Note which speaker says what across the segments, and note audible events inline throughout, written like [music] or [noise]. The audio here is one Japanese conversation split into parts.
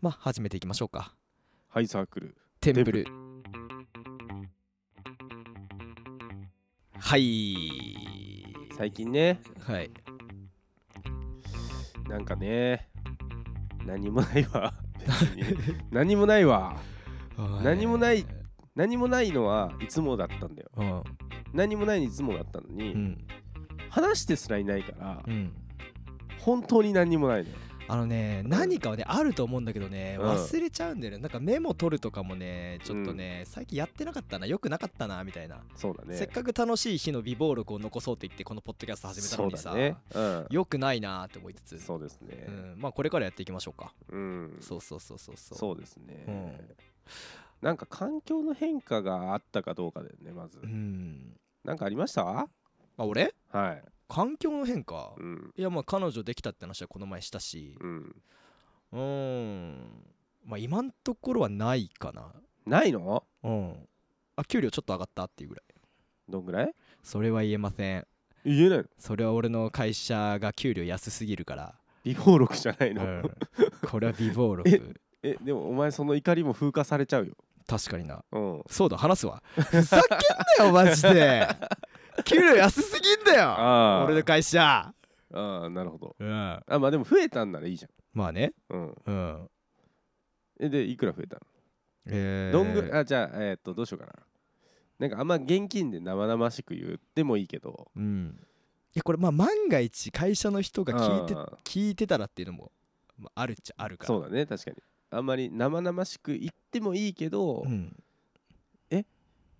Speaker 1: まあ始めていきましょうか
Speaker 2: ハイサークル
Speaker 1: テンプ
Speaker 2: ンプ
Speaker 1: ル
Speaker 2: ル
Speaker 1: はい
Speaker 2: 最近ね
Speaker 1: はい
Speaker 2: なんかね何もない
Speaker 1: [laughs]
Speaker 2: わ別に何もないわ何もない何もないのはいつもだったんだよ
Speaker 1: うん
Speaker 2: 何もないのいつもだったのに、
Speaker 1: うん
Speaker 2: 話してすらいないから、
Speaker 1: うん
Speaker 2: 本当に何にもないのよ
Speaker 1: あのね何かはねあると思うんだけどね
Speaker 2: うん
Speaker 1: 忘れちゃうんだよねなんかメモ取るとかもねちょっとね最近やってなかったなよくなかったなみたいな
Speaker 2: そうだね
Speaker 1: せっかく楽しい日の美貌録を残そうって言ってこのポッドキャスト始めたのに
Speaker 2: そ
Speaker 1: さ
Speaker 2: うだね、うん、
Speaker 1: よくないなーって思いつつ
Speaker 2: そうですね
Speaker 1: うんまあこれからやっていきましょうか
Speaker 2: うん、そ
Speaker 1: そうそうそうそう
Speaker 2: う
Speaker 1: そう
Speaker 2: ですね、
Speaker 1: うん
Speaker 2: なんか環境の変化があったかどうかだよねまず、
Speaker 1: うん
Speaker 2: なんかありましたは
Speaker 1: まあ俺
Speaker 2: い
Speaker 1: 環境の変化
Speaker 2: うん
Speaker 1: いやまあ彼女できたって話はこの前したし
Speaker 2: うん
Speaker 1: うーんまあ今んところはないかな
Speaker 2: ないの
Speaker 1: うんあ給料ちょっと上がったっていうぐらい
Speaker 2: どんぐらい
Speaker 1: それは言えません
Speaker 2: 言えないの
Speaker 1: それは俺の会社が給料安すぎるから、
Speaker 2: 美貌録じゃないうの、
Speaker 1: ん、これは美貌
Speaker 2: え
Speaker 1: 録
Speaker 2: [laughs] えでもお前その怒りも風化されちゃうよ
Speaker 1: 確かにな
Speaker 2: うん
Speaker 1: そうだ話すわふざけんなよマジで給料安すぎんだよ
Speaker 2: あ
Speaker 1: 俺の会社
Speaker 2: ああなるほど
Speaker 1: うん
Speaker 2: あまあでも増えたんならいいじ
Speaker 1: まあね
Speaker 2: ゃんうん
Speaker 1: うん
Speaker 2: えでいくら増えたの、
Speaker 1: えー、
Speaker 2: どんぐらいあじゃあえーっとどうしようかななんかあんま現金で生々しく言ってもいいけど
Speaker 1: うんいやこれまあ万が一会社の人が聞いて
Speaker 2: あ
Speaker 1: 聞いてたらっていうのもまああるっちゃある
Speaker 2: ー
Speaker 1: から
Speaker 2: そうだね確かにあんまり生々しく言ってもいいけど、
Speaker 1: うん、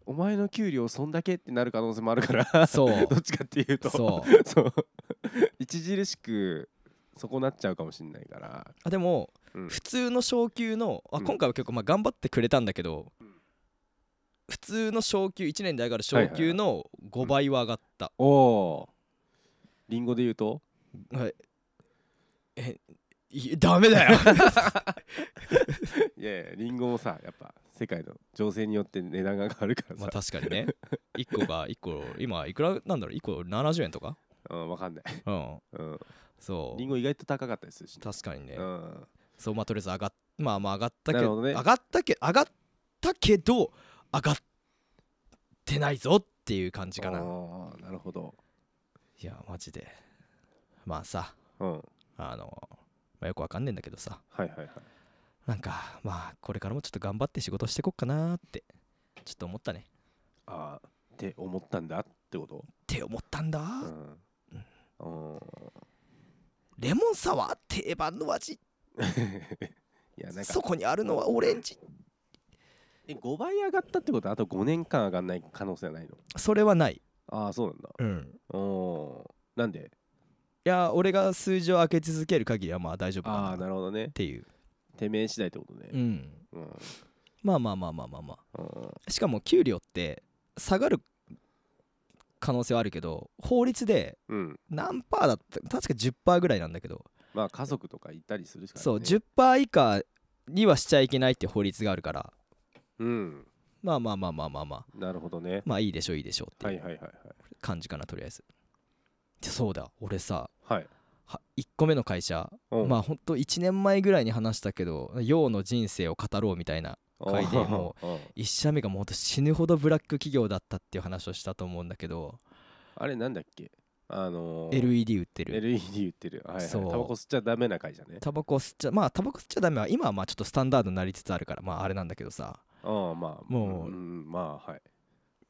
Speaker 2: お前の給料そんだけってなる可能性もあるから
Speaker 1: そう
Speaker 2: [laughs] どっちかっていうと
Speaker 1: そう
Speaker 2: そう [laughs] 著しく損なっちゃうかもしれないから
Speaker 1: あでも、
Speaker 2: うん
Speaker 1: 普通の昇給のあ
Speaker 2: うん
Speaker 1: 今回は結構まあ頑張ってくれたんだけど、
Speaker 2: うん
Speaker 1: 普通の昇給1年で上がる昇給の5倍は上がった、
Speaker 2: おおりんごで言
Speaker 1: [laughs]
Speaker 2: うと
Speaker 1: はいえいダメ
Speaker 2: [laughs]
Speaker 1: だよ
Speaker 2: いやいやリンゴもさやっぱ世界の情勢によって値段が変わるから
Speaker 1: まあ
Speaker 2: さ、
Speaker 1: 確かにね1個が1個今いくらなんだろう1個70円とか
Speaker 2: うん、わかんない、
Speaker 1: うん
Speaker 2: うん、
Speaker 1: そ
Speaker 2: リン
Speaker 1: う
Speaker 2: ゴ意外と高かったりするしね、
Speaker 1: 確かにね、
Speaker 2: うん、
Speaker 1: そうまあとりあえず上がっまあまあ上がったけ
Speaker 2: なる
Speaker 1: ど
Speaker 2: ほどね
Speaker 1: 上がったけ上がったけど上がってないぞっていう感じかな
Speaker 2: あーなるほど、
Speaker 1: いやマジでまあさ
Speaker 2: うん、はい
Speaker 1: あの、まあ、よくわかんねえんだけどさ
Speaker 2: はいはい
Speaker 1: なんかまあこれからもちょっと頑張って仕事してこっかなーってちょっと思ったね
Speaker 2: ああって思ったんだってこと
Speaker 1: って思ったんだ、
Speaker 2: うん、 [laughs] うん、
Speaker 1: レモンサワー定番の味
Speaker 2: いやなんか
Speaker 1: そこにあるのはオレンジ
Speaker 2: え5倍上がったってことはあと5年間上がんない可能性はないの
Speaker 1: それはない
Speaker 2: ああそうなんだ
Speaker 1: うん
Speaker 2: うんなんで
Speaker 1: いや俺が数字を開け続ける限りはまあ大丈夫か
Speaker 2: あ
Speaker 1: な
Speaker 2: あ
Speaker 1: っ
Speaker 2: なるほどね
Speaker 1: ていう
Speaker 2: てめえ次第ってこと
Speaker 1: う
Speaker 2: ね
Speaker 1: ん
Speaker 2: うん、うん
Speaker 1: まあまあまあまあまあまあしかも給料って下がる可能性はあるけど法律で
Speaker 2: うん、
Speaker 1: 何パーだった確か10%ぐらいなんだけど
Speaker 2: まあ家族とか行ったりするしかない、ね、
Speaker 1: そう10%以下にはしちゃいけないって法律があるから
Speaker 2: うん
Speaker 1: まあまあまあまあまあまあ
Speaker 2: なるほどね
Speaker 1: まあいいでしょういいでしょうって
Speaker 2: はいいうはいはいはい
Speaker 1: 感じかなとりあえずでそうだ俺さ
Speaker 2: はい。
Speaker 1: 1個目の会社
Speaker 2: うん
Speaker 1: まあほんと1年前ぐらいに話したけど陽の人生を語ろうみたいな会でも
Speaker 2: うんうん
Speaker 1: 1社目がもうほんと死ぬほどブラック企業だったっていう話をしたと思うんだけど
Speaker 2: あれなんだっけあのー、
Speaker 1: LED 売ってる
Speaker 2: LED 売ってる。はいはい。タ
Speaker 1: そう
Speaker 2: バコ吸っちゃダメな会じゃね。
Speaker 1: タバコ吸っちゃまあタバコ吸っちゃダメは今はまあちょっとスタンダードになりつつあるからまああれなんだけどさ
Speaker 2: うんまあ
Speaker 1: もうん
Speaker 2: まあはい。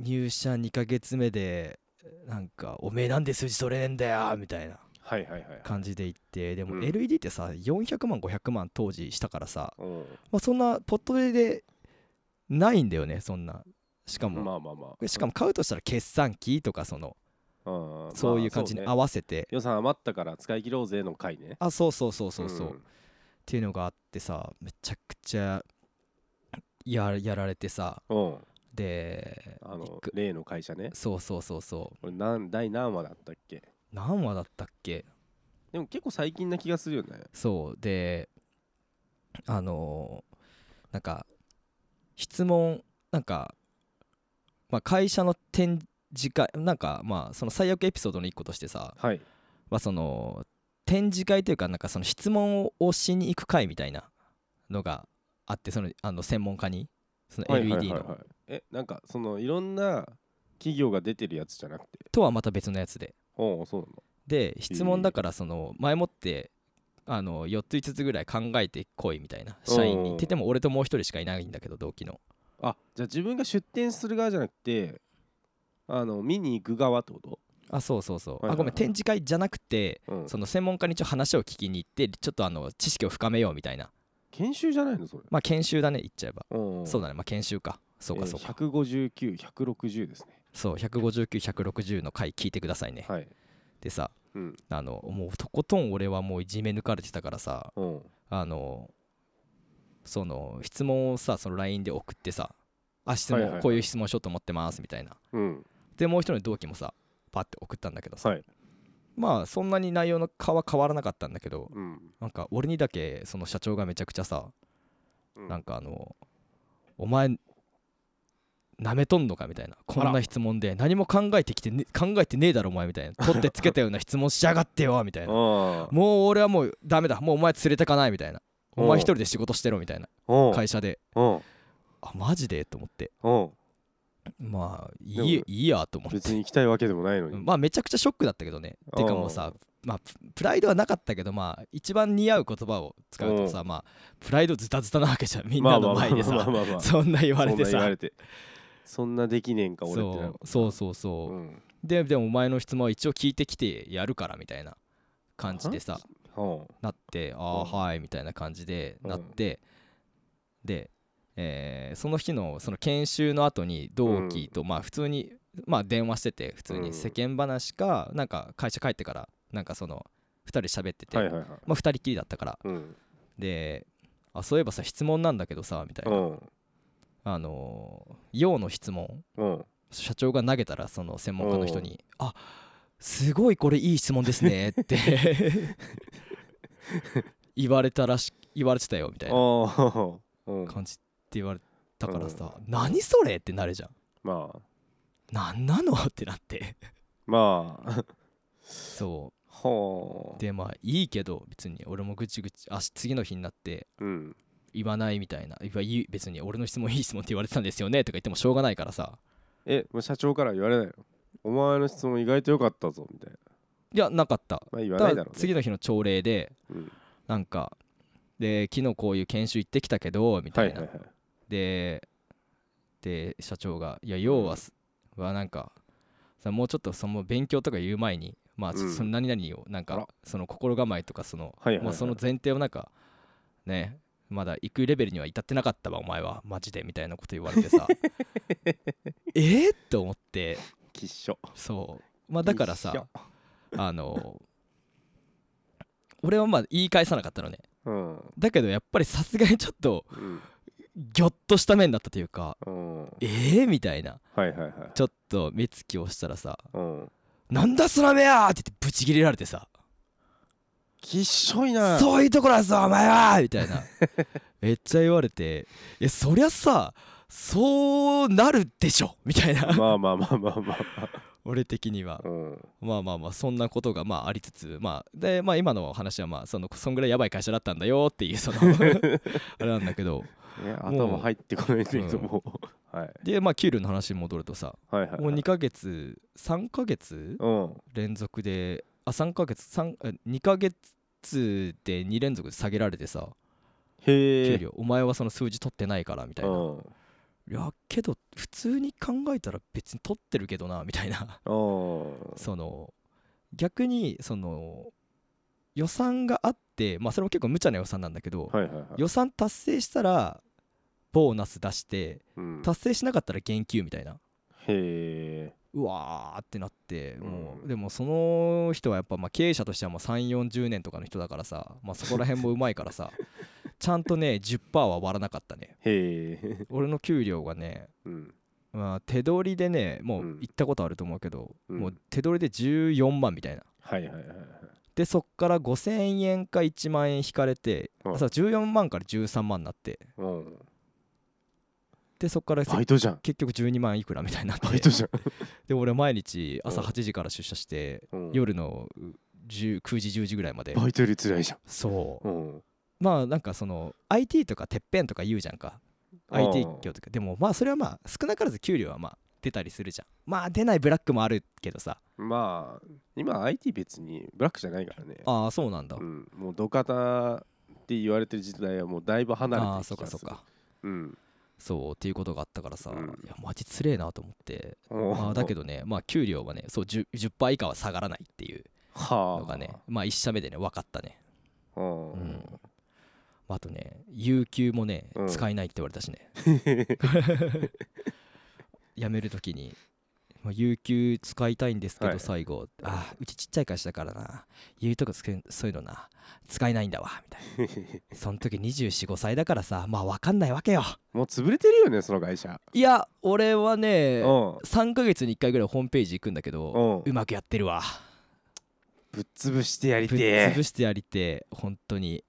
Speaker 1: 入社2ヶ月目でなんか「おめえなんで数字取れねえんだよ」みたいな
Speaker 2: はいはいはいはい。
Speaker 1: 感じで言ってで
Speaker 2: う
Speaker 1: も
Speaker 2: ん
Speaker 1: LED ってさ400万500万当時したからさ、
Speaker 2: う
Speaker 1: まあ、そんなポットでないんだよねそんなしか
Speaker 2: ん。
Speaker 1: も、
Speaker 2: まあまあまあ。
Speaker 1: しかも買うとしたら決算期とかその
Speaker 2: うん、うん
Speaker 1: そういう感じに
Speaker 2: まあそ
Speaker 1: 合
Speaker 2: うね
Speaker 1: わせて
Speaker 2: 予算余ったから使い切ろうぜの会ね。
Speaker 1: あそうそうそうそうそう、
Speaker 2: ん
Speaker 1: っ。ていうのがあってさめちゃくちゃややられてさ
Speaker 2: うん。
Speaker 1: で
Speaker 2: あ
Speaker 1: い
Speaker 2: の
Speaker 1: く
Speaker 2: 例の会社ね。
Speaker 1: そうそうそうそ
Speaker 2: これ何第何話だったっけ。
Speaker 1: う何話だったっけ
Speaker 2: でも結構最近な気がするよね。
Speaker 1: そうであのーなんか質問なんか、まあ、会社の展示会なんかまあその最悪エピソードの一個としてさ、
Speaker 2: はい。
Speaker 1: まあ、その展示会というかなんかその質問をしに行く会みたいなのがあってそのあの専門家にその
Speaker 2: はいはいはい
Speaker 1: LED の
Speaker 2: はいえなんかそのいろんな企業が出てるやつじゃなくて
Speaker 1: とはまた別のやつで
Speaker 2: おおそうなんだ
Speaker 1: で質問だからその前もってあの4つ5つぐらい考えてこいみたいな社員に
Speaker 2: う
Speaker 1: 言
Speaker 2: ん
Speaker 1: ってても俺ともう一人しかいないんだけど同期の
Speaker 2: あじゃあ自分が出店する側じゃなくてあの見に行く側ってこと
Speaker 1: あそうそうそう、
Speaker 2: はいはいはい
Speaker 1: あごめん展示会じゃなくて
Speaker 2: うん
Speaker 1: その専門家にちょっと話を聞きに行ってちょっとあの知識を深めようみたいな
Speaker 2: 研修じゃないのそれ
Speaker 1: まあ研修だね言っちゃえば
Speaker 2: うん
Speaker 1: そう
Speaker 2: だ
Speaker 1: だねまあ研修かそうかそうか、
Speaker 2: 159160ですね
Speaker 1: そう159160の回聞いてくださいね、
Speaker 2: はい
Speaker 1: でさ
Speaker 2: うん
Speaker 1: あのもうとことん俺はもういじめ抜かれてたからさ
Speaker 2: うん
Speaker 1: あのその質問をさその LINE で送ってさあ質問、
Speaker 2: はいはいはい
Speaker 1: こういう質問しようと思ってますみたいな
Speaker 2: うん
Speaker 1: でもう一人の同期もさパッて送ったんだけどさ、
Speaker 2: はい
Speaker 1: まあそんなに内容のかは変わらなかったんだけど
Speaker 2: うん
Speaker 1: なんか俺にだけその社長がめちゃくちゃさ、
Speaker 2: うん
Speaker 1: なんかあのお前なめとんのかみたいなこんな
Speaker 2: あら
Speaker 1: 質問で何も考えてきてね、考えてねえだろお前みたいな取ってつけたような質問しやがってよみたいな
Speaker 2: あ
Speaker 1: もう俺はもうダメだもうお前連れてかないみたいなお
Speaker 2: うん
Speaker 1: 前一人で仕事してろみたいな
Speaker 2: あ
Speaker 1: 会社で
Speaker 2: うん
Speaker 1: あマジでと思って
Speaker 2: うん
Speaker 1: まあい
Speaker 2: でも
Speaker 1: いいいやと思っ
Speaker 2: 別に
Speaker 1: て
Speaker 2: 行きたいわけでもないの
Speaker 1: うん
Speaker 2: に
Speaker 1: まあめちゃくちゃショックだったけどねてかもうさまあププライドはなかったけどまあ一番似合う言葉を使うとさまあプライドズタズタなわけじゃんみんなの前で
Speaker 2: まあ
Speaker 1: さ
Speaker 2: まあまあまあま [laughs] あ
Speaker 1: そんな言われて
Speaker 2: そんな言わ
Speaker 1: さ
Speaker 2: れてそんなできねえんか俺ってなる
Speaker 1: そうそうそう
Speaker 2: う
Speaker 1: そうんででもお前の質問は一応聞いてきてやるからみたいな感じでさ
Speaker 2: うん
Speaker 1: なってあ
Speaker 2: うん
Speaker 1: ーはいみたいな感じで
Speaker 2: うん
Speaker 1: なって、で、えーその日のその研修の後に同期と、まあ普通にまあ電話してて普通
Speaker 2: うん
Speaker 1: に世間話かなんか会社帰ってからなんかその2人喋ってて、
Speaker 2: はいはいはい
Speaker 1: まあ2人きりだったから
Speaker 2: うん
Speaker 1: であそういえばさ質問なんだけどさみたいうな、
Speaker 2: ん
Speaker 1: あのー用の質問
Speaker 2: うん
Speaker 1: 社長が投げたらその専門家の人に「あすごいこれいい質問ですね」って
Speaker 2: [laughs]
Speaker 1: 言われたらし言われてたよみたいな
Speaker 2: ああうん
Speaker 1: 感じって言われたからさ「何それ!」ってなるじゃん。
Speaker 2: まあ
Speaker 1: なんなのってなって
Speaker 2: ま
Speaker 1: [laughs]
Speaker 2: あ
Speaker 1: そ
Speaker 2: は
Speaker 1: う
Speaker 2: あ
Speaker 1: でまあいいけど別に俺もぐちぐちあ次の日になって
Speaker 2: うん
Speaker 1: 言わないみたいないやいい別に俺の質問いい質問って言われてたんですよねとか言ってもしょうがないからさ
Speaker 2: えもう社長から言われないのお前の質問意外と良かったぞみたいない
Speaker 1: やなかった
Speaker 2: まあ言わ
Speaker 1: た
Speaker 2: ないだ
Speaker 1: だ
Speaker 2: ろうね
Speaker 1: 次の日の朝礼で
Speaker 2: うん
Speaker 1: なんかで昨日こういう研修行ってきたけどみた
Speaker 2: はいい
Speaker 1: な、
Speaker 2: はいはい
Speaker 1: でで社長が「いや要はすはなんかさもうちょっとその勉強とか言う前にまあちょっ
Speaker 2: うん
Speaker 1: とその何々をなん
Speaker 2: あ
Speaker 1: からその心構えとかその
Speaker 2: はいはいはい
Speaker 1: もうその前提をなんかねまだ行くレベルには至ってなかったわお前はマジでみたいなこと言われ
Speaker 2: [laughs]
Speaker 1: てさえーって思って
Speaker 2: きっしょ
Speaker 1: そうまあだから
Speaker 2: きっ
Speaker 1: さ
Speaker 2: しょ
Speaker 1: あの俺はまあ言い返さなかったのね
Speaker 2: うん
Speaker 1: だけどやっぱりさすがにちょっと
Speaker 2: うん
Speaker 1: ギョッとした面だったというか
Speaker 2: うんはい
Speaker 1: えー、みたいな
Speaker 2: はいはい
Speaker 1: ちょっと目つきをしたらさ
Speaker 2: うん
Speaker 1: 「なんだその目や!」って言ってブチ切れられてさ
Speaker 2: きっしょい
Speaker 1: 「
Speaker 2: な
Speaker 1: そういうところだぞお前は!」みた
Speaker 2: [laughs]
Speaker 1: いなめっちゃ言われて「いやそりゃさそうなるでしょ」みたいな
Speaker 2: まあまあまあまあまあまあ
Speaker 1: 俺的には
Speaker 2: うん
Speaker 1: まあまあまあそんなことがまあありつつまあでまあ今の話はまあそのそんぐらいやばい会社だったんだよっていうそ
Speaker 2: [laughs]
Speaker 1: のあれなんだけど
Speaker 2: え頭入ってこないんだけど
Speaker 1: うん
Speaker 2: もうはい
Speaker 1: でまあ給料の話に戻るとさ
Speaker 2: はいはいはい
Speaker 1: もう2ヶ月3ヶ月
Speaker 2: うん
Speaker 1: 連続であ3ヶ月三2ヶ月で2連続で下げられてさ
Speaker 2: へえ
Speaker 1: 給料お前はその数字取ってないからみたいな
Speaker 2: うん
Speaker 1: いやけど普通に考えたら別に取ってるけどなみたいな
Speaker 2: うん
Speaker 1: その逆にその予算があってまあそれも結構無茶な予算なんだけど
Speaker 2: はいはいはい
Speaker 1: 予算達成したらボーナス出して
Speaker 2: うん
Speaker 1: 達成しなかったら減給みたいな
Speaker 2: へえ
Speaker 1: うわーってなっても
Speaker 2: うん
Speaker 1: うでもその人はやっぱまあ経営者としてはもう3 4 0年とかの人だからさまあそこら辺もうまいから
Speaker 2: [laughs]
Speaker 1: さちゃんとね10%は割らなかったね
Speaker 2: へえ
Speaker 1: 俺の給料がね
Speaker 2: うん
Speaker 1: まあ手取りでねもう
Speaker 2: うん
Speaker 1: 行ったことあると思うけど、
Speaker 2: うん
Speaker 1: もう手取りで14万みたいな
Speaker 2: はいはいはいはい
Speaker 1: でそっから5000円か1万円引かれて、
Speaker 2: うん
Speaker 1: あそう14万から13万になって
Speaker 2: うん
Speaker 1: でそっからせ
Speaker 2: バイトじゃん
Speaker 1: 結局12万いくらみたいになって
Speaker 2: バイトじゃん
Speaker 1: で俺毎日朝
Speaker 2: うん
Speaker 1: 8時から出社して、
Speaker 2: うん
Speaker 1: 夜の10 9時10時ぐらいまで
Speaker 2: バイトより辛いじゃん
Speaker 1: そう
Speaker 2: うん
Speaker 1: まあなんかその IT とかてっぺんとか言うじゃんか
Speaker 2: あ
Speaker 1: IT 業とかでもまあそれはまあ少なからず給料はまあ出たりするじゃんまあ出ないブラックもあるけどさ
Speaker 2: まあ今 IT 別にブラックじゃないからね
Speaker 1: ああそうなんだ、
Speaker 2: うん、もう土方って言われてる時代はもうだいぶ離れて
Speaker 1: ああ
Speaker 2: る気
Speaker 1: そう
Speaker 2: が
Speaker 1: か
Speaker 2: す
Speaker 1: そ
Speaker 2: る
Speaker 1: うか
Speaker 2: うん
Speaker 1: そうっていうことがあったからさ、
Speaker 2: うん
Speaker 1: いやマジつれえなと思ってま
Speaker 2: あ
Speaker 1: あだけどねまあ給料はねそう 10, 10%以下は下がらないっていう
Speaker 2: はあ
Speaker 1: のがねまあ1社目でね分かったね、
Speaker 2: うん
Speaker 1: うんまあ、あとね有給もね
Speaker 2: うん
Speaker 1: 使えないって言われたしね、
Speaker 2: [laughs]
Speaker 1: 辞めるときに、まあ、有給使いたいんですけ
Speaker 2: は
Speaker 1: ど
Speaker 2: い
Speaker 1: 最後、ああうちちっちゃい会社だからな有給とかつけそういうのな使えないんだわみたい
Speaker 2: [laughs]
Speaker 1: なその時245歳だからさまあ分かんないわけよ
Speaker 2: もう潰れてるよねその会社
Speaker 1: いや俺は
Speaker 2: う
Speaker 1: ね
Speaker 2: ん
Speaker 1: 3ヶ月に1回ぐらいホームページ行くんだけど
Speaker 2: う
Speaker 1: うんまくやってるわ
Speaker 2: ぶっ潰してやり
Speaker 1: ぶって
Speaker 2: え
Speaker 1: 潰してやりてえ本当に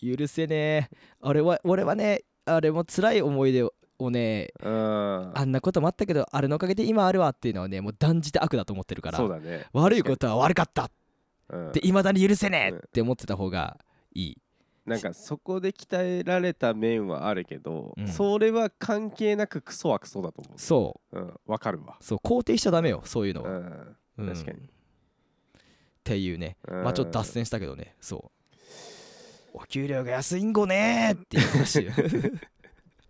Speaker 1: 許せねえあれは俺はねあれも辛い思い出をね
Speaker 2: うん
Speaker 1: あんなこともあったけどあれのおかげで今あるわっていうのはねもう断じて悪だと思ってるから
Speaker 2: そうだね
Speaker 1: 悪いことは悪かったっ
Speaker 2: うん
Speaker 1: ていまだに許せねえ
Speaker 2: うん
Speaker 1: って思ってた方がいい
Speaker 2: なんかそこで鍛えられた面はあるけど
Speaker 1: うん
Speaker 2: それは関係なくクソはクソだと思
Speaker 1: そう
Speaker 2: うんわかるわ
Speaker 1: うそう肯定しちゃダメよそういうの
Speaker 2: う
Speaker 1: は、
Speaker 2: ん
Speaker 1: うん
Speaker 2: 確かに
Speaker 1: っていうねまあちょっと脱線したけどねそうお給料が安いんごねーっていう
Speaker 2: [laughs]
Speaker 1: 話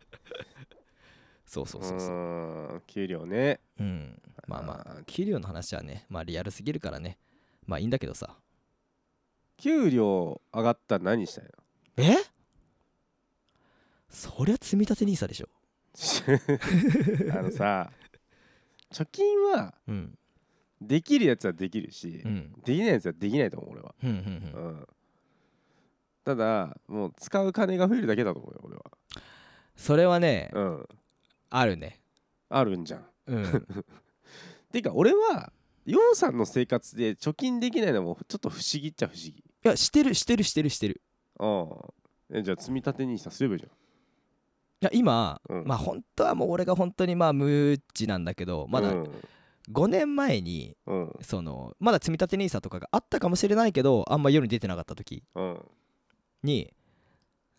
Speaker 1: [laughs] そうそうそうそう
Speaker 2: うん給料ね
Speaker 1: うんまあま
Speaker 2: あ
Speaker 1: あ
Speaker 2: ー
Speaker 1: 給料の話はねまあリアルすぎるからねまあいいんだけどさ
Speaker 2: 給料上がったら何したいの
Speaker 1: えそりゃ積み立て NISA でしょ [laughs]
Speaker 2: あのさ貯金は
Speaker 1: うん
Speaker 2: できるやつはできるし、
Speaker 1: うん
Speaker 2: できないやつはできないと思う俺は、
Speaker 1: うんうんう
Speaker 2: う
Speaker 1: ん
Speaker 2: んただもう使う金が増えるだけだと思うよ俺は
Speaker 1: それはね、
Speaker 2: うん
Speaker 1: あるね
Speaker 2: あるんじゃん
Speaker 1: うん [laughs]
Speaker 2: てか俺は洋さんの生活で貯金できないのもちょっと不思議っちゃ不思議
Speaker 1: いやしてるしてるしてるしてる
Speaker 2: うんえじゃあ積み立てにさすればいいじ
Speaker 1: いや今、
Speaker 2: うん
Speaker 1: まあ本当はもう俺が本当にまあ無知なんだけど
Speaker 2: ゃ
Speaker 1: ま
Speaker 2: ん
Speaker 1: だ
Speaker 2: うん
Speaker 1: 5年前に
Speaker 2: うん
Speaker 1: そのまだ積み立て NISA とかがあったかもしれないけどあんま世に出てなかった時
Speaker 2: うん
Speaker 1: に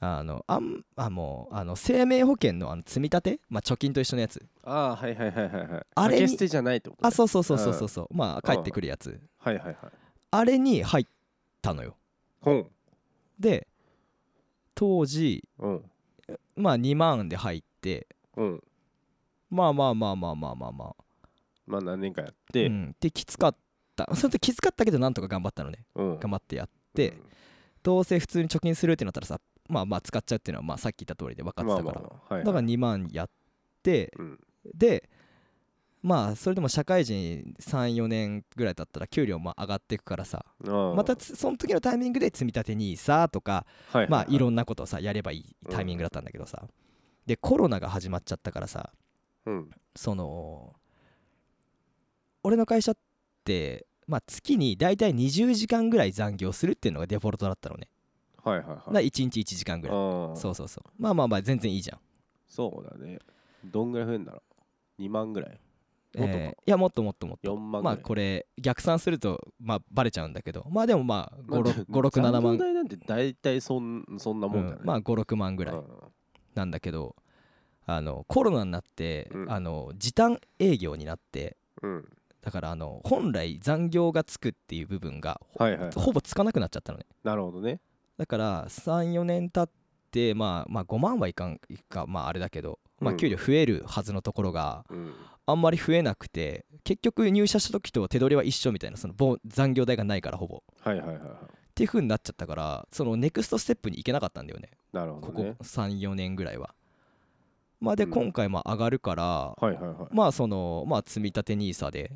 Speaker 1: あのあんあもうあの生命保険のあの積み立て、まあ、貯金と一緒のやつ
Speaker 2: ああはいはいはいはいはい
Speaker 1: あれに
Speaker 2: 掛け捨てじゃないってことね
Speaker 1: あそうそうそうそうそうそうまあ帰ってくるやつ
Speaker 2: はいはいはい
Speaker 1: あれに入ったのよ
Speaker 2: 本
Speaker 1: で当時
Speaker 2: うん
Speaker 1: まあ2万で入って
Speaker 2: うん
Speaker 1: まあまあまあまあまあまあまあ
Speaker 2: まあ何年かやって
Speaker 1: うん、できつかった [laughs] その時きつかったけどなんとか頑張ったのね
Speaker 2: 頑
Speaker 1: 頑張ってやって、どうせ普通に貯金するってなったらさまあまあ使っちゃうっていうのはまあさっき言った通りで分かってたから、
Speaker 2: まあまあまあはい
Speaker 1: だか
Speaker 2: は
Speaker 1: ら
Speaker 2: い
Speaker 1: 2万やって
Speaker 2: うん
Speaker 1: でまあそれでも社会人34年ぐらい経ったら給料も上がっていくからさ
Speaker 2: うん
Speaker 1: またつその時のタイミングで積み立て NISA とか
Speaker 2: はいはいはい
Speaker 1: まあいろんなことをさやればいいタイミングだったんだけどさでコロナが始まっちゃったからさ
Speaker 2: うん
Speaker 1: その俺の会社って、まあ、月に大体20時間ぐらい残業するっていうのがデフォルトだったのね、
Speaker 2: はいはいはい
Speaker 1: だから1日1時間ぐらい
Speaker 2: ああ
Speaker 1: そうそうそうまあまあまあ全然いいじゃん
Speaker 2: そうだねどんぐらい増えんだろう2万ぐらいもっとか
Speaker 1: えーいやもっともっともっ
Speaker 2: 4
Speaker 1: と
Speaker 2: 万ぐ
Speaker 1: ま
Speaker 2: らい
Speaker 1: あこれ逆算するとまあバレちゃうんだけどまあでもまあ
Speaker 2: まあ
Speaker 1: 567
Speaker 2: 残業
Speaker 1: 万、
Speaker 2: 代なんて大体そんそんなもんだね
Speaker 1: うんまあ56万ぐ
Speaker 2: ぐ
Speaker 1: らい
Speaker 2: い
Speaker 1: なんだけどあのコロナになって、
Speaker 2: うん
Speaker 1: あの時短営業になって
Speaker 2: うん
Speaker 1: だからあの本来残業がつくっていう部分がほ,、
Speaker 2: はいはいはい
Speaker 1: ほぼつかなくなっちゃったのね
Speaker 2: なるほどね
Speaker 1: だから34年経って、まあ、まあ5万はいかんいくかまああれだけど、まあ、
Speaker 2: うん
Speaker 1: 給料増えるはずのところが
Speaker 2: うん
Speaker 1: あんまり増えなくて結局入社した時と手取りは一緒みたいなそのボー残業代がないからほぼっ
Speaker 2: はいはいはいはい
Speaker 1: ていう風になっちゃったからそのネクストステップに行けなかったんだよね
Speaker 2: なるほ
Speaker 1: こ
Speaker 2: ど
Speaker 1: こ
Speaker 2: ね
Speaker 1: 34年ぐらいは。まあで
Speaker 2: うん
Speaker 1: 今回まあ上がるから、
Speaker 2: はいはいはい
Speaker 1: まあそのまあ積み立て NISA で。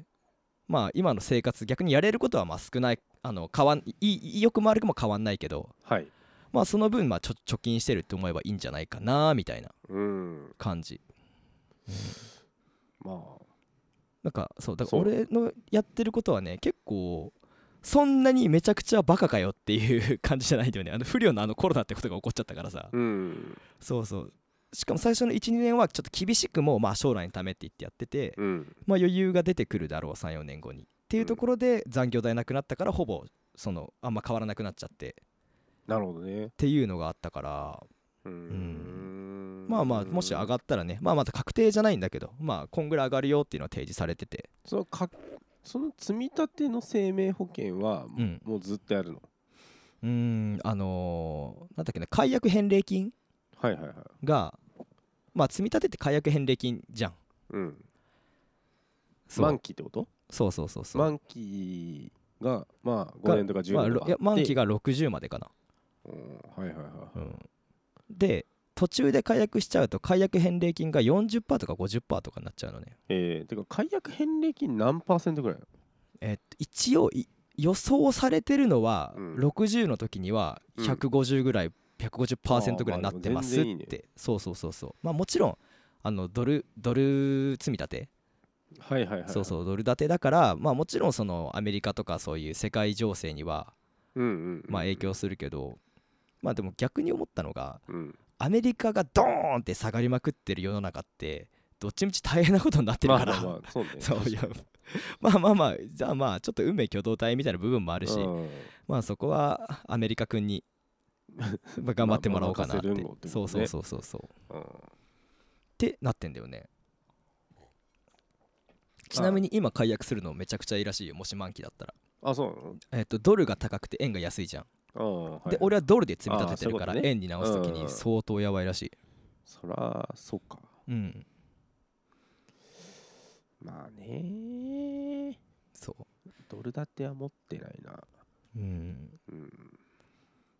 Speaker 1: まあ今の生活逆にやれることはまあ少ないあの変わんいい良くも悪くも変わんないけど
Speaker 2: はい
Speaker 1: まあその分まあちょ貯金してるって思えばいいんじゃないかなみたいな
Speaker 2: うん
Speaker 1: 感じ
Speaker 2: ま
Speaker 1: なんかそうだか
Speaker 2: そ
Speaker 1: ら
Speaker 2: う
Speaker 1: 俺のやってることはね結構そんなにめちゃくちゃバカかよっていう感じじゃないんだよねあの不良のあのコロナってことが起こっちゃったからさ
Speaker 2: あうん
Speaker 1: そうそうしかも最初の12年はちょっと厳しくもまあ将来のためって言ってやってて、
Speaker 2: うん
Speaker 1: まあ、余裕が出てくるだろう34年後にっていうところで残業代なくなったからほぼそのあんま変わらなくなっちゃって
Speaker 2: なるほどね
Speaker 1: ていうのがあったから
Speaker 2: うーん
Speaker 1: まあまあもし上がったらねまあまた確定じゃないんだけどまあこんぐらい上がるよっていうのは提示されてて
Speaker 2: そのかその積み立ての生命保険は、
Speaker 1: うん
Speaker 2: もうずっとやるの
Speaker 1: うーんあのーなんだっけな解約返礼金
Speaker 2: はいはいはい
Speaker 1: がまあ積み立てって解約返礼金じゃん
Speaker 2: うん
Speaker 1: そう
Speaker 2: 満期ってこと
Speaker 1: そうそうそうそう
Speaker 2: 満期がまあ5年とか10年
Speaker 1: ま
Speaker 2: とか
Speaker 1: あいや
Speaker 2: あっ
Speaker 1: 満
Speaker 2: て
Speaker 1: 期が60までかな、
Speaker 2: うんはいはいはい
Speaker 1: うん、で途中で解約しちゃうと解約返礼金が40%とか50%とかになっちゃうのね
Speaker 2: えー、てか解約返礼金何パーセントぐらいなの
Speaker 1: えっと一応い予想されてるのは、
Speaker 2: うん
Speaker 1: 60の時には
Speaker 2: うん
Speaker 1: 150ぐらい、
Speaker 2: あ
Speaker 1: 150%
Speaker 2: ー
Speaker 1: ぐらいになってますっ
Speaker 2: ま
Speaker 1: て、
Speaker 2: あでも全然
Speaker 1: そうそうそうそうまあもちろんあのドルドル積み立て、
Speaker 2: はいはいはいはい
Speaker 1: そうそうドル建てだからまあもちろんそのアメリカとかそういう世界情勢には
Speaker 2: うんうんうん、
Speaker 1: まあ影響するけど、まあでも逆に思ったのが
Speaker 2: うん
Speaker 1: アメリカがドーンって下がりまくってる世の中ってどっちみち大変なことになって
Speaker 2: ま
Speaker 1: る
Speaker 2: あ
Speaker 1: から、
Speaker 2: まあまあそうね
Speaker 1: [laughs] そういやまあまあまあじゃあまあちょっと運命共同体みたいな部分もあるし、
Speaker 2: うん
Speaker 1: まあそこはアメリカ
Speaker 2: [laughs]
Speaker 1: 君にまあ頑張ってもらおうかなって,、
Speaker 2: まあ任せるんごってことね
Speaker 1: そうそうそうそうそうっ
Speaker 2: うん
Speaker 1: てなってんだよねちなみに今解約するのめちゃくちゃいいらしいよもし満期だったら、
Speaker 2: あそうなの
Speaker 1: えっとドルが高くて円が安いじゃん、
Speaker 2: うんはい
Speaker 1: で俺はドルで積み立ててるから
Speaker 2: あーそういうことね
Speaker 1: 円に直す時
Speaker 2: うんう
Speaker 1: に
Speaker 2: ん
Speaker 1: 相当やばいらしい
Speaker 2: そらそうか
Speaker 1: うん
Speaker 2: まあね
Speaker 1: そう
Speaker 2: ドル建ては持ってないな
Speaker 1: うん
Speaker 2: うん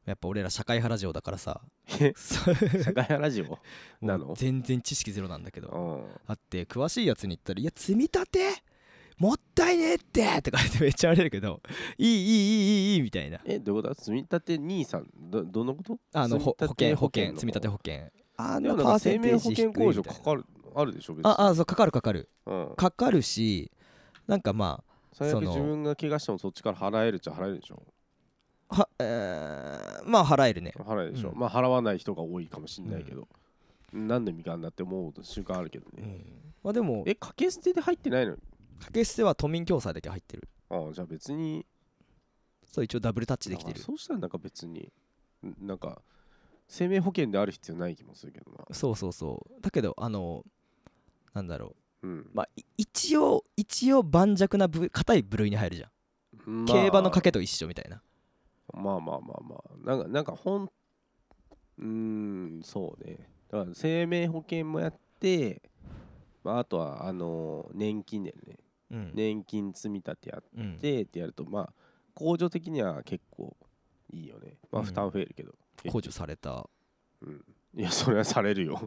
Speaker 1: やっぱ俺ら社会派ラジオだからさ
Speaker 2: 社会派ラジ
Speaker 1: [laughs]
Speaker 2: オな
Speaker 1: もう
Speaker 2: の
Speaker 1: 全然知識ゼロなんだけど
Speaker 2: うん
Speaker 1: あって詳しいやつに言ったら「いや積み立てもったいねえって!」とか言ってめっちゃ言われるけど「いいいいいいいいいい」みたいな
Speaker 2: えどういうこと積み立て兄さんどどんなこと
Speaker 1: あのほ保険保険
Speaker 2: の
Speaker 1: 積み立て保険あ
Speaker 2: で
Speaker 1: の
Speaker 2: もなん
Speaker 1: パ
Speaker 2: か
Speaker 1: ーセ
Speaker 2: 生
Speaker 1: ンテ
Speaker 2: 命
Speaker 1: ー
Speaker 2: 保
Speaker 1: ジ低いみたい
Speaker 2: 険
Speaker 1: な
Speaker 2: 控除かかるあるでしょ別に
Speaker 1: ああそうかかるかかる
Speaker 2: うん
Speaker 1: かかるしなんかま
Speaker 2: 最
Speaker 1: そ
Speaker 2: 悪
Speaker 1: の
Speaker 2: 自分が怪我してもそっちから払えるっちゃ払えるでしょ
Speaker 1: あはえーまあ払えるね
Speaker 2: 払えるでしょ、
Speaker 1: うん
Speaker 2: まあ払わない人が多いかもしれないけど、何の意味かあんだって思う瞬間あるけど
Speaker 1: う
Speaker 2: ね、
Speaker 1: んまあでも
Speaker 2: え掛け捨てで入ってないの
Speaker 1: 掛け捨ては都民共済だけ入ってる
Speaker 2: ああじゃあ別に
Speaker 1: そう一応ダブルタッチできて
Speaker 2: あ
Speaker 1: る
Speaker 2: そうしたらなんか別にんなんか生命保険である必要ない気もするけどな
Speaker 1: そうそうそうだけどあのなんだろ
Speaker 2: うん
Speaker 1: う、まあい一応一応盤石な部硬い部類に入るじゃん
Speaker 2: まあ
Speaker 1: 競馬の賭けと一緒みたいな
Speaker 2: まあまあまあまあなんかなんかほんうーんそうねだから生命保険もやって、まあ、あとはあの年金だよね
Speaker 1: うん
Speaker 2: 年金積み立てやっ
Speaker 1: うん
Speaker 2: てってやるとまあ控除的には結構いいよねまあ
Speaker 1: うん
Speaker 2: 負担増えるけど、
Speaker 1: 控除された
Speaker 2: うん、いやそれはされるよ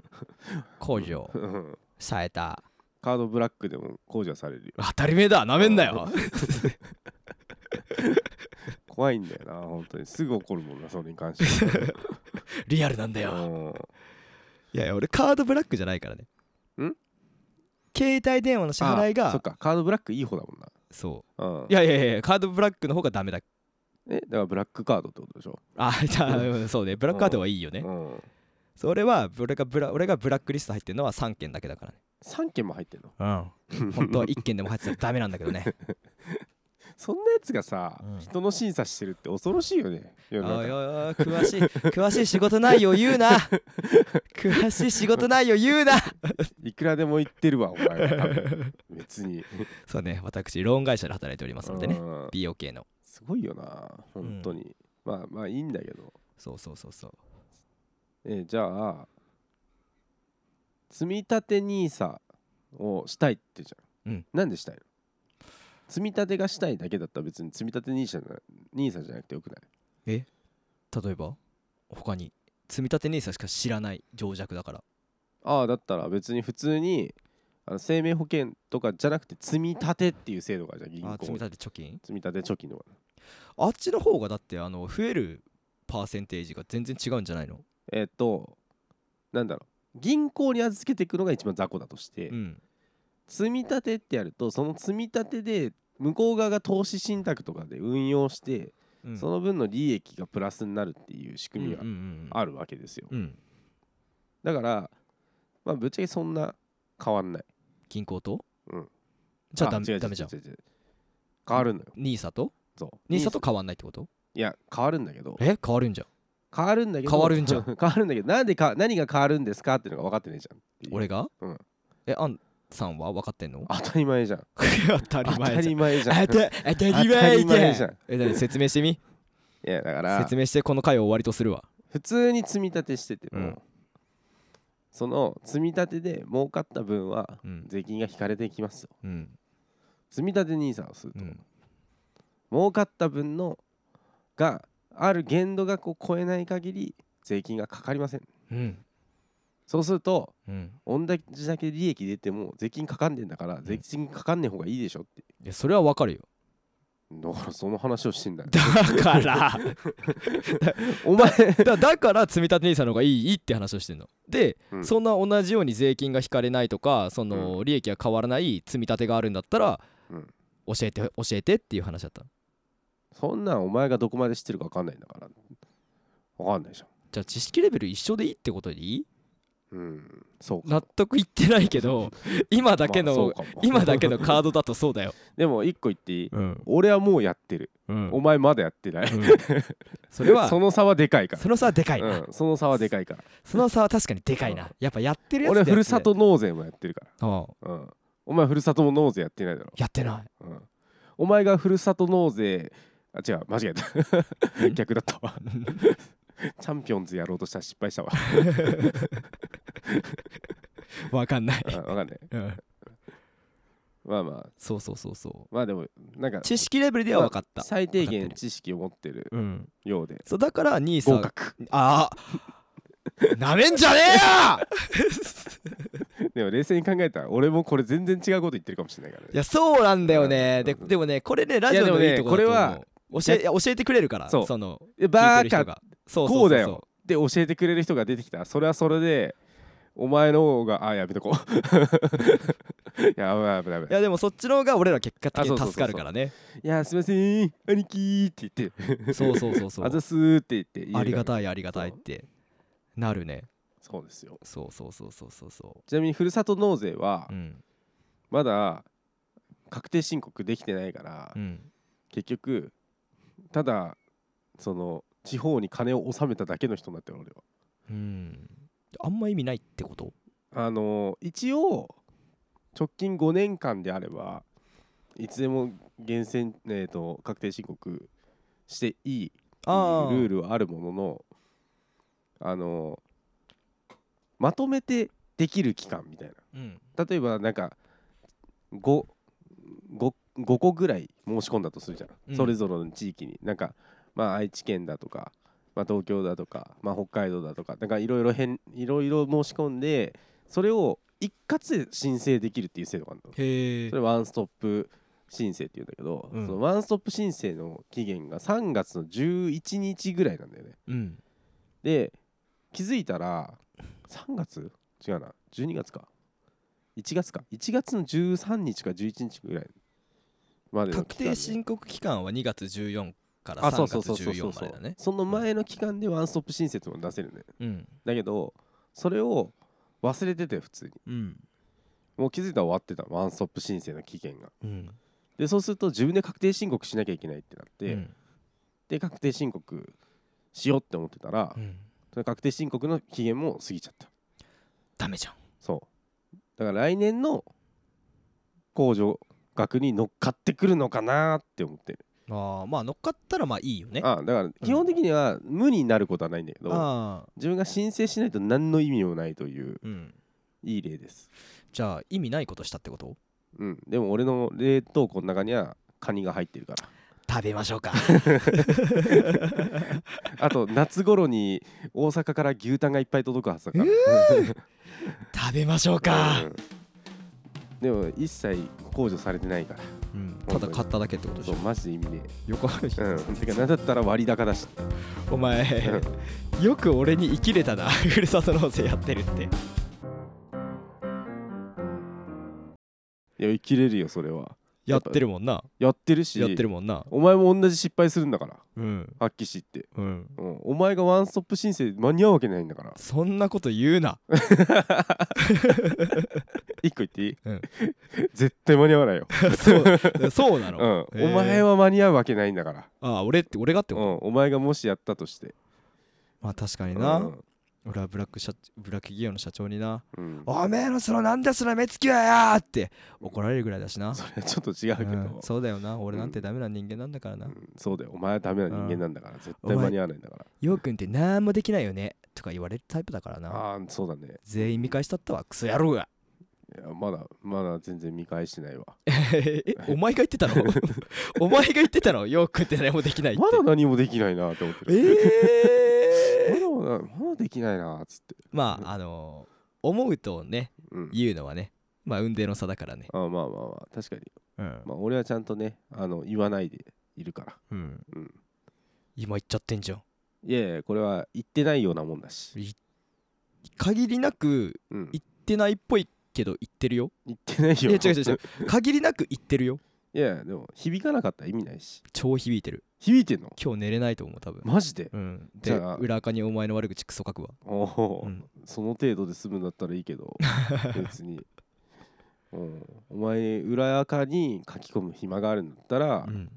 Speaker 1: [laughs] 控除
Speaker 2: うん
Speaker 1: された
Speaker 2: カードブラックでも控除はされるよ
Speaker 1: 当たり前だなめんなよ
Speaker 2: 怖いんだよな本当にすぐ怒るもんなそれに関しては
Speaker 1: [laughs] リアルなんだ
Speaker 2: う
Speaker 1: よ
Speaker 2: ん
Speaker 1: いやいや俺カードブラックじゃないからね
Speaker 2: ん
Speaker 1: 携帯電話の支払い
Speaker 2: あそっ
Speaker 1: が
Speaker 2: かカードブラックいい方だもんな
Speaker 1: そ
Speaker 2: うん
Speaker 1: ういやいやいやカードブラックの方がダメだ
Speaker 2: えだからブラックカードってことでしょ、
Speaker 1: あ [laughs] じゃあうんそうねブラックカードはいいよね
Speaker 2: うん、
Speaker 1: それは俺がブラ俺がブラックリスト入ってるのは3件だけだからね
Speaker 2: 3件も入ってんの
Speaker 1: うん本当は1件でも入ってたらダメなんだけど
Speaker 2: [laughs]
Speaker 1: ね
Speaker 2: そんなやつがさ、
Speaker 1: うん
Speaker 2: 人の審査してるって恐ろしいよね世の
Speaker 1: おいおい
Speaker 2: 中
Speaker 1: おい詳しい詳しい仕事内容言うな詳しい仕事内容言うない
Speaker 2: [laughs] くらでも言ってるわお前は多分
Speaker 1: [laughs]
Speaker 2: 別に
Speaker 1: そうね、私、ローン会社で働いておりますのでね、
Speaker 2: うん
Speaker 1: BOK の。
Speaker 2: すごいよな本当に、まあまあいいんだけど
Speaker 1: そうそうそうそう。
Speaker 2: えじゃあ積み立て NISA をしたいってじゃん、
Speaker 1: うん
Speaker 2: なんでしたいの積み立てがしたいだけだったら別に積み立て NISA じゃな NISA じゃなくてよくない
Speaker 1: 例えば、他に、積み立て NISA しか知らない情弱だから。
Speaker 2: ああだったら別に普通にあの生命保険とかじゃなくて積み立てっていう制度があるじゃん銀
Speaker 1: あ
Speaker 2: 行
Speaker 1: ー積み立て貯金
Speaker 2: 積み立て貯金とか
Speaker 1: あっちの方がだって、あの、増えるパーセンテージが全然違うんじゃないの
Speaker 2: えっとなんだろう銀行に預けていくのが一番雑魚だとして、
Speaker 1: うん。
Speaker 2: 積み立てってやるとその積み立てで向こう側が投資信託とかで運用して、
Speaker 1: うん
Speaker 2: その分の利益がプラスになるっていう仕組みが
Speaker 1: うんうんうん
Speaker 2: あるわけですよ、
Speaker 1: うんうん。
Speaker 2: だからまあぶっちゃけそんな変わんない
Speaker 1: 銀行と
Speaker 2: うん
Speaker 1: じゃあダ
Speaker 2: あ違う
Speaker 1: メ
Speaker 2: 違う
Speaker 1: ダメじゃん
Speaker 2: 違。う違う変わるのよ
Speaker 1: NISA と
Speaker 2: そう
Speaker 1: ?NISA と変わんないってこと
Speaker 2: いや変わるんだけど
Speaker 1: え変わるんじゃん
Speaker 2: 変わるんだけど
Speaker 1: 変わるんじゃん
Speaker 2: [laughs] 変わるんだけどなんでか何が変わるんですかっていうのが分かってねえじゃんっていう
Speaker 1: 俺が、
Speaker 2: うん
Speaker 1: えあんさんは分かってんの
Speaker 2: 当たり前じゃん
Speaker 1: 当た
Speaker 2: 当たり前じゃん
Speaker 1: 当た当たり前
Speaker 2: 当たり前じ
Speaker 1: じ
Speaker 2: ゃ
Speaker 1: ゃ
Speaker 2: ん
Speaker 1: んえ何説明して
Speaker 2: [laughs]
Speaker 1: み
Speaker 2: いやだから
Speaker 1: 説明してこの回を終わりとするわ
Speaker 2: 普通に積み立てしてても、
Speaker 1: うん
Speaker 2: その積み立てで儲かった分は
Speaker 1: うん
Speaker 2: 税金が引かれていきますよ
Speaker 1: うん
Speaker 2: 積み立て NISA をする
Speaker 1: う
Speaker 2: と、
Speaker 1: ん
Speaker 2: 儲かった分のがある限度額を超えない限り税金がかかりません
Speaker 1: うん
Speaker 2: そうすると
Speaker 1: うん
Speaker 2: 同じだけ利益出ても税金かかんねえんだから税金かかんねえ方がいいでしょって
Speaker 1: いやそれは分かるよ
Speaker 2: だからその話をし
Speaker 1: [laughs]
Speaker 2: て [laughs] んだよ
Speaker 1: だから
Speaker 2: お前
Speaker 1: [laughs] だだから積立 NISA の方がいいいいって話をしてんので、
Speaker 2: う
Speaker 1: [laughs]
Speaker 2: ん
Speaker 1: そんな同じように税金が引かれないとかその利益が変わらない積み立てがあるんだったら、
Speaker 2: うん
Speaker 1: 教えて教えてっていう話だったの
Speaker 2: そんなんお前がどこまで知ってるか分かんないんだから分かんないじゃん
Speaker 1: じゃあ知識レベル一緒でいいってことでいい
Speaker 2: うんそうか
Speaker 1: 納得いってないけ
Speaker 2: [laughs]
Speaker 1: ど今だけ
Speaker 2: まあそ
Speaker 1: の
Speaker 2: う、かも
Speaker 1: 今だけのカードだとそうだよ、
Speaker 2: でも一個言っていい
Speaker 1: うん
Speaker 2: 俺はもうやってる、
Speaker 1: うん
Speaker 2: お前まだやってない、
Speaker 1: [laughs] それは
Speaker 2: [laughs] そ
Speaker 1: そ
Speaker 2: の差はでかいから
Speaker 1: の差はでかいな、
Speaker 2: うん、その差はでかいから
Speaker 1: その差は確かにでかいなやっぱやってるやつ
Speaker 2: 俺は
Speaker 1: ってやつで
Speaker 2: ふるさと納税もやってるか
Speaker 1: うん
Speaker 2: ら、うん、お前ふるさと納税やってないだろ、
Speaker 1: やってない
Speaker 2: うん、お前がふるさと納税あ違う間違えた
Speaker 1: ん
Speaker 2: [laughs] 逆だったわチャンピオンズやろうとしたら失敗したわ、
Speaker 1: わかんない
Speaker 2: [laughs] うん、分かんない
Speaker 1: うん
Speaker 2: まあまあ
Speaker 1: そうそうそうそう
Speaker 2: まあでもなんか
Speaker 1: 知識レベルでは分かった
Speaker 2: 最低
Speaker 1: わ
Speaker 2: 限
Speaker 1: かって
Speaker 2: 知識を持ってる
Speaker 1: るうん
Speaker 2: ようで
Speaker 1: そうだから兄さ
Speaker 2: 合
Speaker 1: ん
Speaker 2: 格
Speaker 1: ああなめんじゃね
Speaker 2: でも冷静に考えたら俺もこれ全然違うこと言ってるかもしれないからね
Speaker 1: えよ [laughs] いやそうなんだよねで
Speaker 2: うん
Speaker 1: でもねこれねラジオの
Speaker 2: いや
Speaker 1: いい
Speaker 2: で
Speaker 1: と
Speaker 2: もね
Speaker 1: こだと思う
Speaker 2: これは
Speaker 1: 教えいや教えてくれるから
Speaker 2: そう
Speaker 1: その
Speaker 2: え
Speaker 1: 聞い
Speaker 2: バ
Speaker 1: てる人
Speaker 2: ーカ
Speaker 1: がそう
Speaker 2: こうだよ
Speaker 1: そそ
Speaker 2: で教えてくれる人が出てきたそれはそれでお前の方があやめとこう [laughs] やばい危ない危
Speaker 1: い
Speaker 2: ない
Speaker 1: やでもそっちの方が俺ら結果的
Speaker 2: あそう
Speaker 1: に
Speaker 2: そうそうそう
Speaker 1: 助かるからね
Speaker 2: いやすいません兄貴って言って
Speaker 1: そうそうそうそ
Speaker 2: あざ
Speaker 1: う
Speaker 2: すーって言って言えるから
Speaker 1: ありがたいありがたいってなるね
Speaker 2: そうですよ
Speaker 1: そうそうそうそうそうそ
Speaker 2: ちなみにふるさと納税は
Speaker 1: ううん
Speaker 2: まだ確定申告できてないから、
Speaker 1: うん
Speaker 2: 結局ただその地方に金を納めただけの人になってる俺は
Speaker 1: うんあんま意味ないってこと
Speaker 2: あの一応直近5年間であればいつでも源泉、えー、と確定申告していいって
Speaker 1: ああ
Speaker 2: いうルールはあるもののあのまとめてできる期間みたい
Speaker 1: うん
Speaker 2: な例えばなんか 5, 5, 5個ぐらい申し込んだとするじゃん、
Speaker 1: うん
Speaker 2: それぞれの地域になんかまあ愛知県だとか、まあ、東京だとか、まあ、北海道だとかなんかいろいろ変いろいろ申し込んでそれを一括で申請できるっていう制度があるの
Speaker 1: へえ
Speaker 2: それワンストップ申請っていうんだけど、
Speaker 1: うん
Speaker 2: そのワンストップ申請の期限が3月の11日ぐらいなんだよね
Speaker 1: うん
Speaker 2: で気づいたら3月違うな12月か1月か1月の13日か11日ぐらいまでの
Speaker 1: 確
Speaker 2: 期間
Speaker 1: 定
Speaker 2: で
Speaker 1: 申告期間は2月14から
Speaker 2: あそ
Speaker 1: 3
Speaker 2: うそう
Speaker 1: 月
Speaker 2: そうそうそ
Speaker 1: 14ま
Speaker 2: う
Speaker 1: でだね
Speaker 2: その前の期間でワンストップ申請っていうのを出せるね
Speaker 1: うん
Speaker 2: だけどそれを忘れてて普通に
Speaker 1: うん
Speaker 2: もう気づいたら終わってたワンストップ申請の期限が
Speaker 1: うん
Speaker 2: でそうすると自分で確定申告しなきゃいけないってなって、
Speaker 1: うん
Speaker 2: で確定申告しようって思ってたら、
Speaker 1: うん
Speaker 2: その確定申告の期限も過ぎちゃった
Speaker 1: ダメじゃん
Speaker 2: そうだから来年の控除額に乗っかってくるのかなって思ってる
Speaker 1: あーまあ乗っかったらまあいいよね
Speaker 2: あだから基本的には無になることはないんだけど、
Speaker 1: ああ
Speaker 2: 自分が申請しないと何の意味もないという
Speaker 1: うん
Speaker 2: いい例です
Speaker 1: じゃあ意味ないことしたってこと
Speaker 2: うんでも俺の冷凍庫の中にはカニが入ってるから
Speaker 1: 食べましょう
Speaker 2: [laughs]
Speaker 1: か
Speaker 2: あと夏頃に大阪から牛タンがいっぱい届くはずだから [laughs]
Speaker 1: 食べましょうか、
Speaker 2: うんでも一切控除されてないから
Speaker 1: うん、ただ買っただけってことでし
Speaker 2: そう
Speaker 1: ょ
Speaker 2: マジで意味ね
Speaker 1: よく
Speaker 2: えうんてかなんだったら割高だし
Speaker 1: お前よく俺に生きれたな [laughs] ふるさと納税やってるって
Speaker 2: いや生きれるよそれはい
Speaker 1: やってるもんな
Speaker 2: やってるし
Speaker 1: やってるもんな
Speaker 2: お前も同じ失敗するんだから
Speaker 1: うん
Speaker 2: 発揮しって、
Speaker 1: うん
Speaker 2: うん、お前がワンストップ申請間に合うわけないんだ
Speaker 1: [laughs]
Speaker 2: から
Speaker 1: そんなこと言う
Speaker 2: [laughs]
Speaker 1: な
Speaker 2: 一個言っていい、
Speaker 1: うん
Speaker 2: [laughs] 絶対間に合わな
Speaker 1: [laughs]
Speaker 2: いよ、
Speaker 1: そうそうな
Speaker 2: う
Speaker 1: の、
Speaker 2: ん
Speaker 1: へー
Speaker 2: お前は間に合うわけないんだから、
Speaker 1: ああ俺って俺がって
Speaker 2: うん
Speaker 1: こと、、
Speaker 2: お前がもしやったとして
Speaker 1: まあ確かにな、
Speaker 2: うん
Speaker 1: 俺はブラック社ブラック企業の社長にな
Speaker 2: うん
Speaker 1: おめえのそのなんだその目つきはやーって怒られるぐらいだしな
Speaker 2: それはちょっと違うけど、
Speaker 1: うんそうだよな俺なんて
Speaker 2: う
Speaker 1: ダメな人間なんだからな、
Speaker 2: うんそうだよお前はダメな人間なんだから、絶対
Speaker 1: お前
Speaker 2: 間に合わないんだから
Speaker 1: ようくんってなんもできないよねとか言われるタイプだからな
Speaker 2: ああーそうだね
Speaker 1: 全員見返したったわクソ野郎が
Speaker 2: いやまだまだ全然見返してないわ
Speaker 1: [laughs] えお前が言って [laughs] たのお前が言ってたのようくんって何もできないって
Speaker 2: まだ何もできないなって思ってる
Speaker 1: えー、
Speaker 2: まだまだできないなっつって
Speaker 1: [laughs] まああのー思うとね
Speaker 2: うん
Speaker 1: 言うのはねまあ運命の差だからね
Speaker 2: あまあまあまあ確かに
Speaker 1: うん、
Speaker 2: まあ俺はちゃんとねあの言わないでいるから
Speaker 1: うん
Speaker 2: うん
Speaker 1: 今言っちゃってんじゃん
Speaker 2: いやいやこれは言ってないようなもんだし、
Speaker 1: 限りなく
Speaker 2: うん、
Speaker 1: 言ってないっぽいけど言ってるよ
Speaker 2: 言ってない
Speaker 1: い
Speaker 2: よ
Speaker 1: や違う違う違う限りなく言ってるよ
Speaker 2: いやでも響かなかったら意味ないし
Speaker 1: 超響いてる
Speaker 2: 響いてんの
Speaker 1: 今日寝れないと思う多分
Speaker 2: マジで
Speaker 1: うん
Speaker 2: じ
Speaker 1: で
Speaker 2: ゃあ
Speaker 1: 裏垢にお前の悪口クソ書くわ
Speaker 2: おお、
Speaker 1: うん
Speaker 2: その程度で済むんだったらいいけ
Speaker 1: [laughs]
Speaker 2: ど別に、うん、お前裏垢に書き込む暇があるんだったら
Speaker 1: う、ん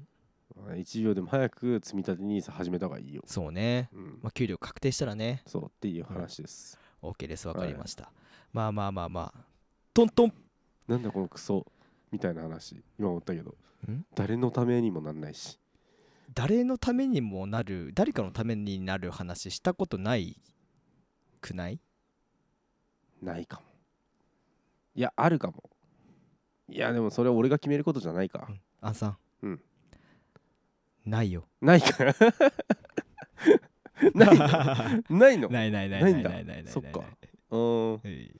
Speaker 2: 1秒でも早く積み立て NISA 始めた方がいいよ、
Speaker 1: そうね
Speaker 2: うん
Speaker 1: まあ給料確定したらね
Speaker 2: そうっていう話です、
Speaker 1: OK ですわ
Speaker 2: はい
Speaker 1: かりました、まあまあまあまあトントン
Speaker 2: なんだこのクソみたいな話今思ったけど
Speaker 1: ん
Speaker 2: 誰のためにもなんないし
Speaker 1: 誰のためにもなる誰かのためになる話したことないくない
Speaker 2: ないかもいやあるかもいやでもそれは俺が決めることじゃないか、
Speaker 1: うんあんさん、
Speaker 2: うん
Speaker 1: ないよ
Speaker 2: ないか
Speaker 1: [laughs]
Speaker 2: ないのないの
Speaker 1: ないないない
Speaker 2: な
Speaker 1: ないい
Speaker 2: んだ
Speaker 1: ないないない
Speaker 2: そっか
Speaker 1: ない
Speaker 2: うんうん
Speaker 1: はい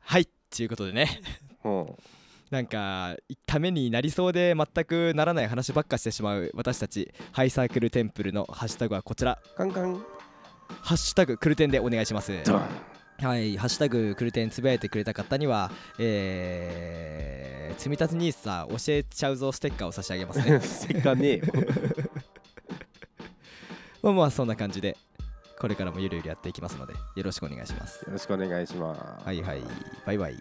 Speaker 1: はいということでね [laughs] なんかためになりそうで全くならない話ばっかしてしまう私たちハイサークルテンプルのハッシュタグはこちら
Speaker 2: カンカン
Speaker 1: 「ハッシュタグクルテン」でお願いします
Speaker 2: ドン。
Speaker 1: はい、ハッシュタグクルテンつぶやいてくれた方には、えー、積み立てニーサー教えちゃうぞステッカーを差し上げますね
Speaker 2: [laughs] [laughs] せっかねえよ
Speaker 1: まあまあそんな感じで、これからもゆるゆるやっていきますので、よろしくお願いします。
Speaker 2: よろしくお願いします
Speaker 1: はいはい、バイバイ。